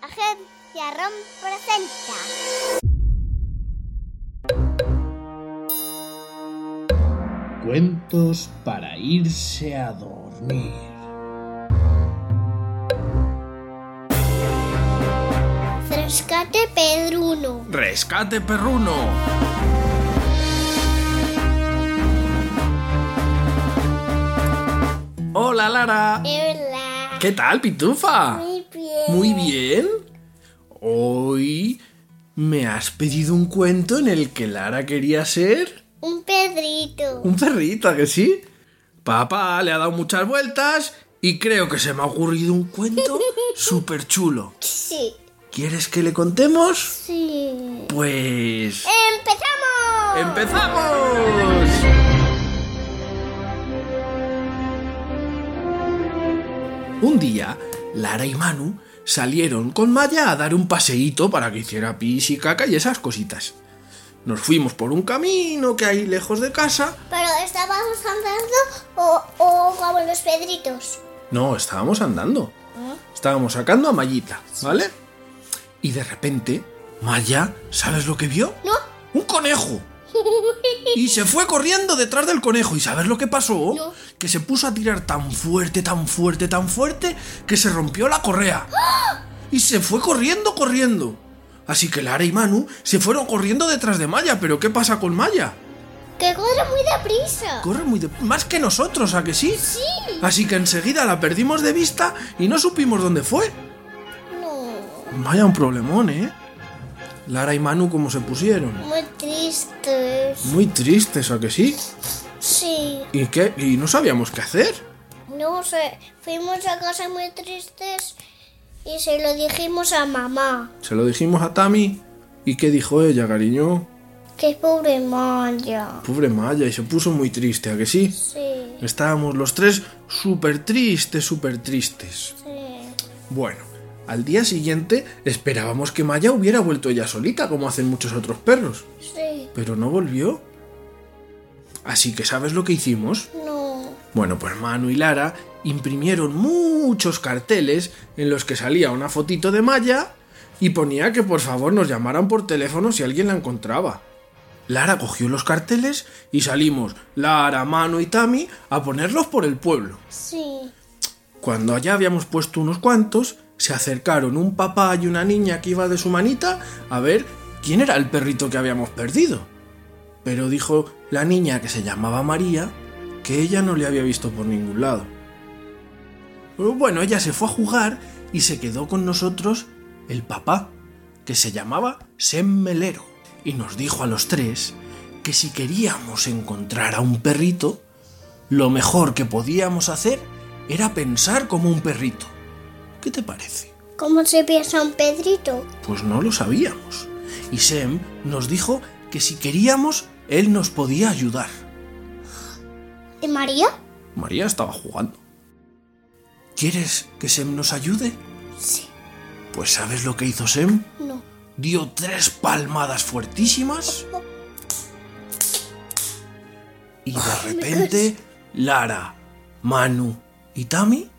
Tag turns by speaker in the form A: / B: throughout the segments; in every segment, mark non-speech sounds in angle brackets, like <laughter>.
A: Agencia ROM presenta.
B: Cuentos para irse a dormir.
A: Rescate Pedruno.
C: Rescate perruno. Hola, Lara.
A: Hola.
C: ¿Qué tal, Pitufa?
A: Muy bien.
C: Muy bien. Hoy me has pedido un cuento en el que Lara quería ser
A: Un Pedrito.
C: un perrito, ¿a que sí? Papá le ha dado muchas vueltas y creo que se me ha ocurrido un cuento súper chulo.
A: Sí.
C: ¿Quieres que le contemos?
A: Sí.
C: Pues...
A: ¡Empezamos!
C: ¡Empezamos! Un día, Lara y Manu salieron con Maya a dar un paseíto para que hiciera pis y caca y esas cositas. Nos fuimos por un camino que hay lejos de casa.
A: Pero estábamos andando o, o como los Pedritos.
C: No, estábamos andando. Estábamos sacando a Mayita, ¿vale? Y de repente, Maya, ¿sabes lo que vio?
A: ¿No? <laughs>
C: ¡Un conejo! Y se fue corriendo detrás del conejo. ¿Y sabes lo que pasó?
A: No.
C: Que se puso a tirar tan fuerte, tan fuerte, tan fuerte, que se rompió la correa. Y se fue corriendo, corriendo. Así que Lara y Manu se fueron corriendo detrás de Maya. ¿Pero qué pasa con Maya?
A: que corre muy deprisa.
C: Corre muy de... más que nosotros, ¿a que sí?
A: Sí.
C: Así que enseguida la perdimos de vista y no supimos dónde fue.
A: No.
C: Vaya un problemón, ¿eh? Lara y Manu como se pusieron.
A: Muy tristes.
C: Muy tristes, ¿a que sí?
A: Sí.
C: ¿Y qué? ¿Y no sabíamos qué hacer?
A: No sé. Fuimos a casa muy tristes y se lo dijimos a mamá.
C: Se lo dijimos a Tami. ¿Y qué dijo ella, cariño?
A: Qué pobre Maya.
C: Pobre Maya, y se puso muy triste, ¿a que sí?
A: Sí.
C: Estábamos los tres súper tristes, súper tristes.
A: Sí.
C: Bueno, al día siguiente esperábamos que Maya hubiera vuelto ella solita, como hacen muchos otros perros.
A: Sí.
C: Pero no volvió. Así que ¿sabes lo que hicimos?
A: No.
C: Bueno, pues Manu y Lara imprimieron muchos carteles en los que salía una fotito de Maya y ponía que por favor nos llamaran por teléfono si alguien la encontraba. Lara cogió los carteles y salimos, Lara, Manu y Tami, a ponerlos por el pueblo.
A: Sí.
C: Cuando allá habíamos puesto unos cuantos, se acercaron un papá y una niña que iba de su manita a ver quién era el perrito que habíamos perdido. Pero dijo la niña que se llamaba María que ella no le había visto por ningún lado. Pero bueno, ella se fue a jugar y se quedó con nosotros el papá, que se llamaba Semmelero, y nos dijo a los tres que si queríamos encontrar a un perrito, lo mejor que podíamos hacer era pensar como un perrito. ¿Qué te parece?
A: ¿Cómo se piensa un Pedrito?
C: Pues no lo sabíamos. Y Sem nos dijo que si queríamos, él nos podía ayudar.
A: ¿Y María?
C: María estaba jugando. ¿Quieres que Sem nos ayude?
A: Sí.
C: Pues ¿sabes lo que hizo Sem?
A: No.
C: Dio tres palmadas fuertísimas. Y de repente, Lara, Manu y Tami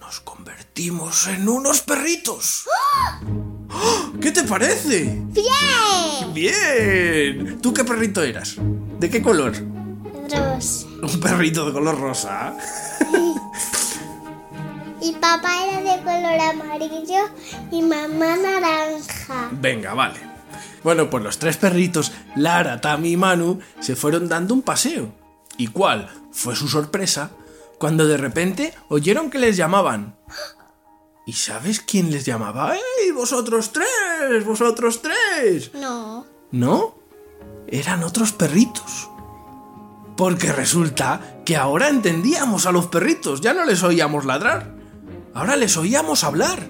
C: nos convertimos en unos perritos. ¡Ah! ¿Qué te parece?
A: ¡Bien!
C: Bien. ¿Tú qué perrito eras? ¿De qué color?
A: Dos.
C: Un perrito de color rosa.
A: Y papá era de color amarillo y mamá naranja.
C: Venga, vale. Bueno, pues los tres perritos, Lara, Tami y Manu, se fueron dando un paseo. ¿Y cuál fue su sorpresa? Cuando de repente oyeron que les llamaban. <gasps> ¿Y sabes quién les llamaba? ¡Ey, vosotros tres! ¡Vosotros tres!
A: No.
C: No, eran otros perritos. Porque resulta que ahora entendíamos a los perritos, ya no les oíamos ladrar, ahora les oíamos hablar.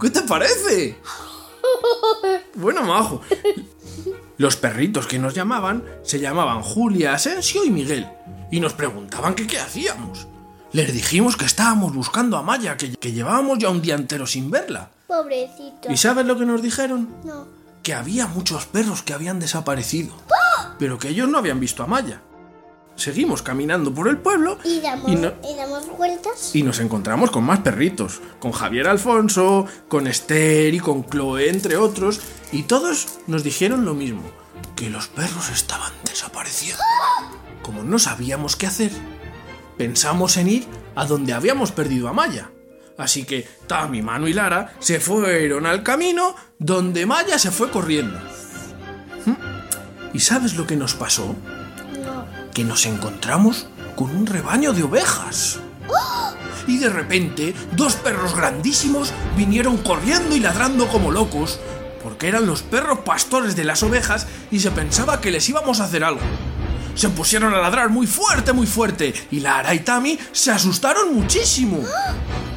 C: ¿Qué te parece? Bueno, majo. Los perritos que nos llamaban se llamaban Julia, Asensio y Miguel. Y nos preguntaban que qué hacíamos. Les dijimos que estábamos buscando a Maya, que, que llevábamos ya un día entero sin verla.
A: Pobrecito.
C: ¿Y sabes lo que nos dijeron?
A: No.
C: que había muchos perros que habían desaparecido,
A: ¡Oh!
C: pero que ellos no habían visto a Maya. Seguimos caminando por el pueblo
A: Y damos,
C: y, no-
A: y damos vueltas.
C: y nos encontramos con más perritos, con Javier Alfonso, con Esther y con Chloe, entre otros, y todos nos dijeron lo mismo, que los perros estaban desapareciendo. Como no sabíamos qué hacer, pensamos en ir a donde habíamos perdido a Maya. Así que Tami, Manu y Lara se fueron al camino donde Maya se fue corriendo. ¿Mm? ¿Y sabes lo que nos pasó?
A: No.
C: que nos encontramos con un rebaño de ovejas. Y de repente, dos perros grandísimos vinieron corriendo y ladrando como locos, porque eran los perros pastores de las ovejas y se pensaba que les íbamos a hacer algo. Se pusieron a ladrar muy fuerte, muy fuerte, y Lara y Tami se asustaron muchísimo.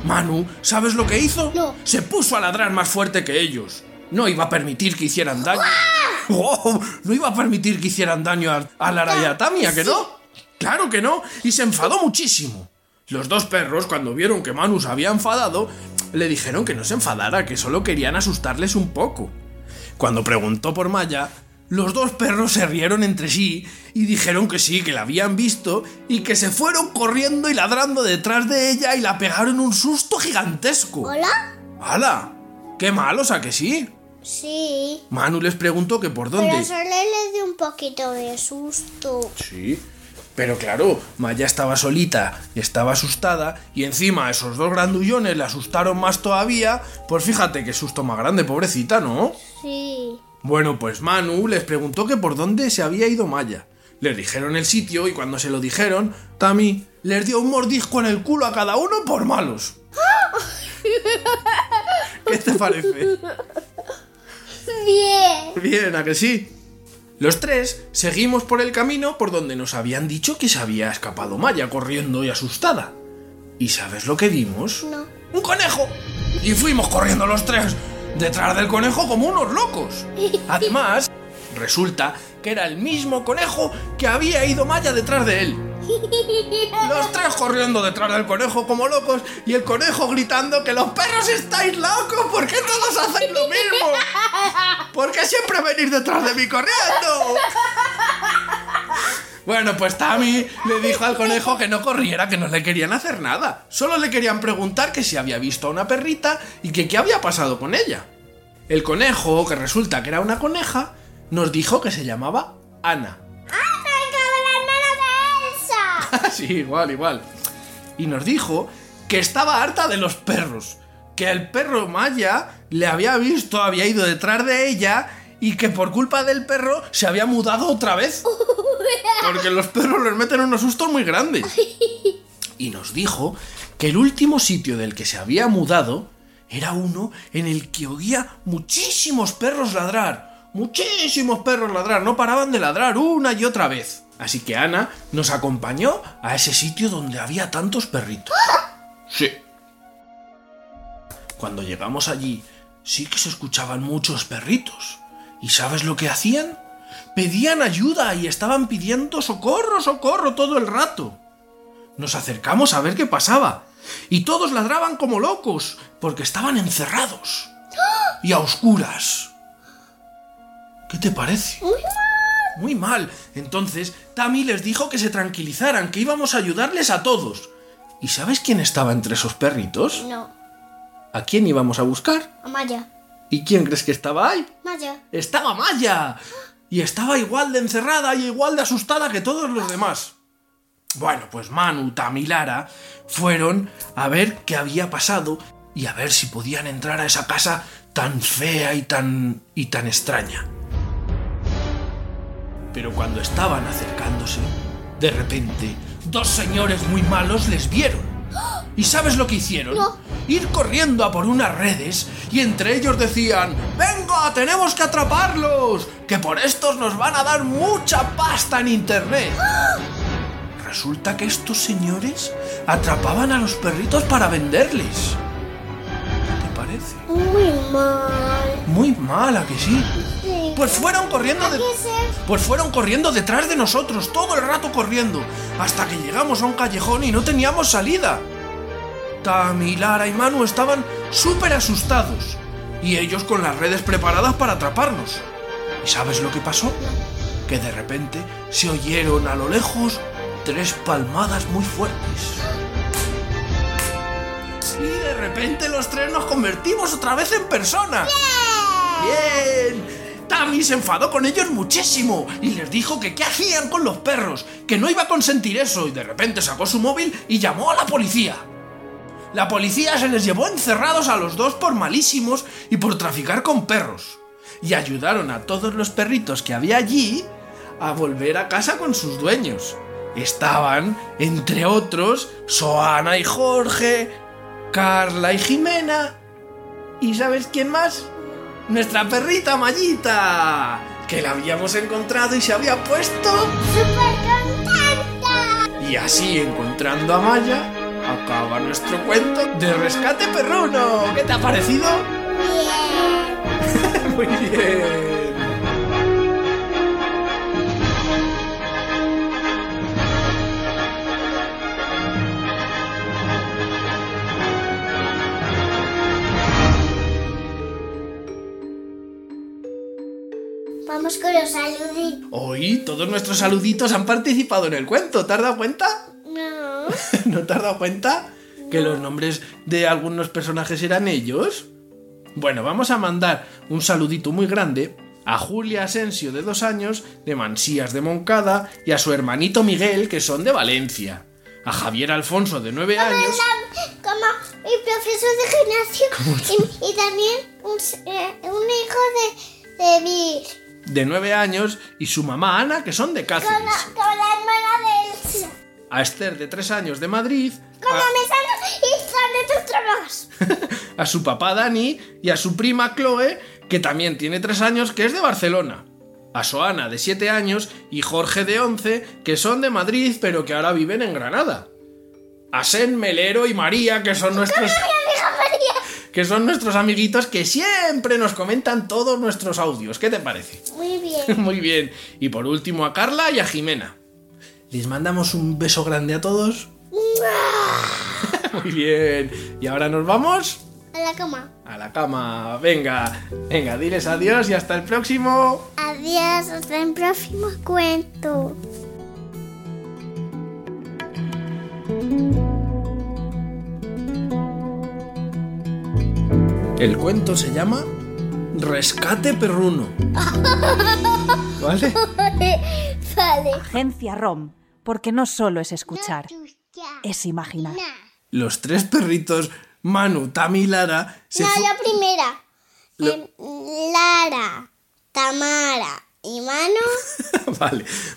C: Manu, ¿sabes lo que hizo?
A: No.
C: Se puso a ladrar más fuerte que ellos. No iba a permitir que hicieran daño. <laughs> ¡Oh! No iba a permitir que hicieran daño a, a Lara y a Tami, ¿a que no? Claro que no. Y se enfadó muchísimo. Los dos perros, cuando vieron que Manu se había enfadado, le dijeron que no se enfadara, que solo querían asustarles un poco. Cuando preguntó por Maya, los dos perros se rieron entre sí y dijeron que sí, que la habían visto y que se fueron corriendo y ladrando detrás de ella y la pegaron un susto gigantesco.
A: ¿Hola?
C: ¡Hala! ¡Qué malos, a que sí!
A: Sí.
C: Manu les preguntó que por dónde.
A: Pero solo le dio un poquito de susto.
C: Sí. Pero claro, Maya estaba solita, estaba asustada, y encima esos dos grandullones la asustaron más todavía. Pues fíjate qué susto más grande, pobrecita, ¿no?
A: Sí.
C: Bueno, pues Manu les preguntó que por dónde se había ido Maya. Les dijeron el sitio y cuando se lo dijeron, Tami les dio un mordisco en el culo a cada uno por malos. ¿Qué te parece?
A: Bien.
C: Bien, ¿a que sí? Los tres seguimos por el camino por donde nos habían dicho que se había escapado Maya corriendo y asustada. ¿Y sabes lo que vimos?
A: No.
C: ¡Un conejo! Y fuimos corriendo los tres detrás del conejo como unos locos. Además, resulta que era el mismo conejo que había ido Maya detrás de él. Los tres corriendo detrás del conejo como locos y el conejo gritando que los perros estáis locos, ¿por qué todos hacéis lo mismo? ¿Por qué siempre venís detrás de mí corriendo? Bueno, pues Tami le dijo al conejo que no corriera, que no le querían hacer nada. Solo le querían preguntar que si había visto a una perrita y que qué había pasado con ella. El conejo, que resulta que era una coneja, nos dijo que se llamaba Ana.
A: ¡Ay, como la hermana de <laughs>
C: <laughs>
A: Elsa!
C: sí, igual, igual. Y nos dijo que estaba harta de los perros. Que el perro Maya le había visto, había ido detrás de ella y que por culpa del perro se había mudado otra vez. Porque los perros les meten unos sustos muy grandes. Y nos dijo que el último sitio del que se había mudado era uno en el que oía muchísimos perros ladrar. Muchísimos perros ladrar. No paraban de ladrar una y otra vez. Así que Ana nos acompañó a ese sitio donde había tantos perritos. Sí. Cuando llegamos allí, sí que se escuchaban muchos perritos. ¿Y sabes lo que hacían? Pedían ayuda y estaban pidiendo socorro, socorro todo el rato. Nos acercamos a ver qué pasaba. Y todos ladraban como locos, porque estaban encerrados.
A: ¡Ah!
C: Y a oscuras. ¿Qué te parece?
A: Muy mal.
C: Muy mal. Entonces, Tami les dijo que se tranquilizaran, que íbamos a ayudarles a todos. ¿Y sabes quién estaba entre esos perritos?
A: No.
C: ¿A quién íbamos a buscar?
A: Amaya.
C: ¿Y quién crees que estaba ahí?
A: Maya.
C: ¡Estaba Maya! Y estaba igual de encerrada y igual de asustada que todos los demás. Bueno, pues Manu, Tami y Lara fueron a ver qué había pasado y a ver si podían entrar a esa casa tan fea y tan. y tan extraña. Pero cuando estaban acercándose, de repente, dos señores muy malos les vieron. ¿Y sabes lo que hicieron?
A: No.
C: Ir corriendo a por unas redes y entre ellos decían, ¡Venga, tenemos que atraparlos! Que por estos nos van a dar mucha pasta en internet. Resulta que estos señores atrapaban a los perritos para venderles. ¿Qué te parece?
A: Muy mal.
C: Muy mala que sí.
A: Sí.
C: Pues fueron corriendo de...
A: Aquí se-
C: Pues fueron corriendo detrás de nosotros, todo el rato corriendo, hasta que llegamos a un callejón y no teníamos salida. Tami, Lara y Manu estaban súper asustados, y ellos con las redes preparadas para atraparnos. ¿Y sabes lo que pasó? Que de repente se oyeron a lo lejos tres palmadas muy fuertes. Y de repente los tres nos convertimos otra vez en personas. ¡Bien! Tammy se enfadó con ellos muchísimo y les dijo que qué hacían con los perros, que no iba a consentir eso y de repente sacó su móvil y llamó a la policía. La policía se les llevó encerrados a los dos por malísimos y por traficar con perros. Y ayudaron a todos los perritos que había allí a volver a casa con sus dueños. Estaban, entre otros, Soana y Jorge, Carla y Jimena. ¿Y sabes quién más? Nuestra perrita Mayita, que la habíamos encontrado y se había puesto.
A: ¡Súper contenta!
C: Y así, encontrando a Maya, acaba nuestro cuento de rescate perruno. ¿Qué te ha parecido? <laughs> Muy
A: Bien.
C: bien.
A: Vamos con los saluditos.
C: Hoy todos nuestros saluditos han participado en el cuento. ¿Te has dado cuenta?
A: No.
C: <laughs> ¿No te has dado cuenta que los nombres de algunos personajes eran ellos? Bueno, vamos a mandar un saludito muy grande a Julia Asensio de dos años, de Mansías de Moncada, y a su hermanito Miguel, que son de Valencia. A Javier Alfonso de nueve años.
A: Como mi profesor de gimnasio. Y, y también un, s- eh, un hijo de, de mi.
C: de 9 años y su mamá Ana, que son de
A: Con la,
C: Cáceres.
A: con la hermana de Elsa.
C: A Esther, de 3 años, de Madrid.
A: Con
C: Ah.
A: la mesana y con estos trabajos.
C: A, a su papá Dani y a su prima Chloe, que también tiene 3 años, que es de Barcelona. A Soana, de 7 años, y Jorge, de 11, que son de Madrid, pero que ahora viven en Granada. A Sen, Melero y María, que son nuestros... Que son nuestros amiguitos que siempre nos comentan todos nuestros audios. ¿Qué te parece? <laughs>
A: Muy bien.
C: Muy bien. Y por último a Carla y a Jimena. Les mandamos un beso grande a todos. <laughs> Muy bien. Y ahora nos vamos
A: A la cama.
C: a la cama. Venga, venga, diles adiós y hasta el próximo.
A: Adiós. Hasta el próximo cuento. <laughs>
C: El cuento se llama Rescate Perruno. <laughs> ¿Vale?
A: vale.
D: Agencia ROM, porque no solo es escuchar, es imaginar.
C: Los tres perritos, Manu, Tami y Lara, se
A: No,
C: fu-
A: la primera.
C: Lo-
A: Em, Lara, Tamara y Mano
C: <laughs> Vale,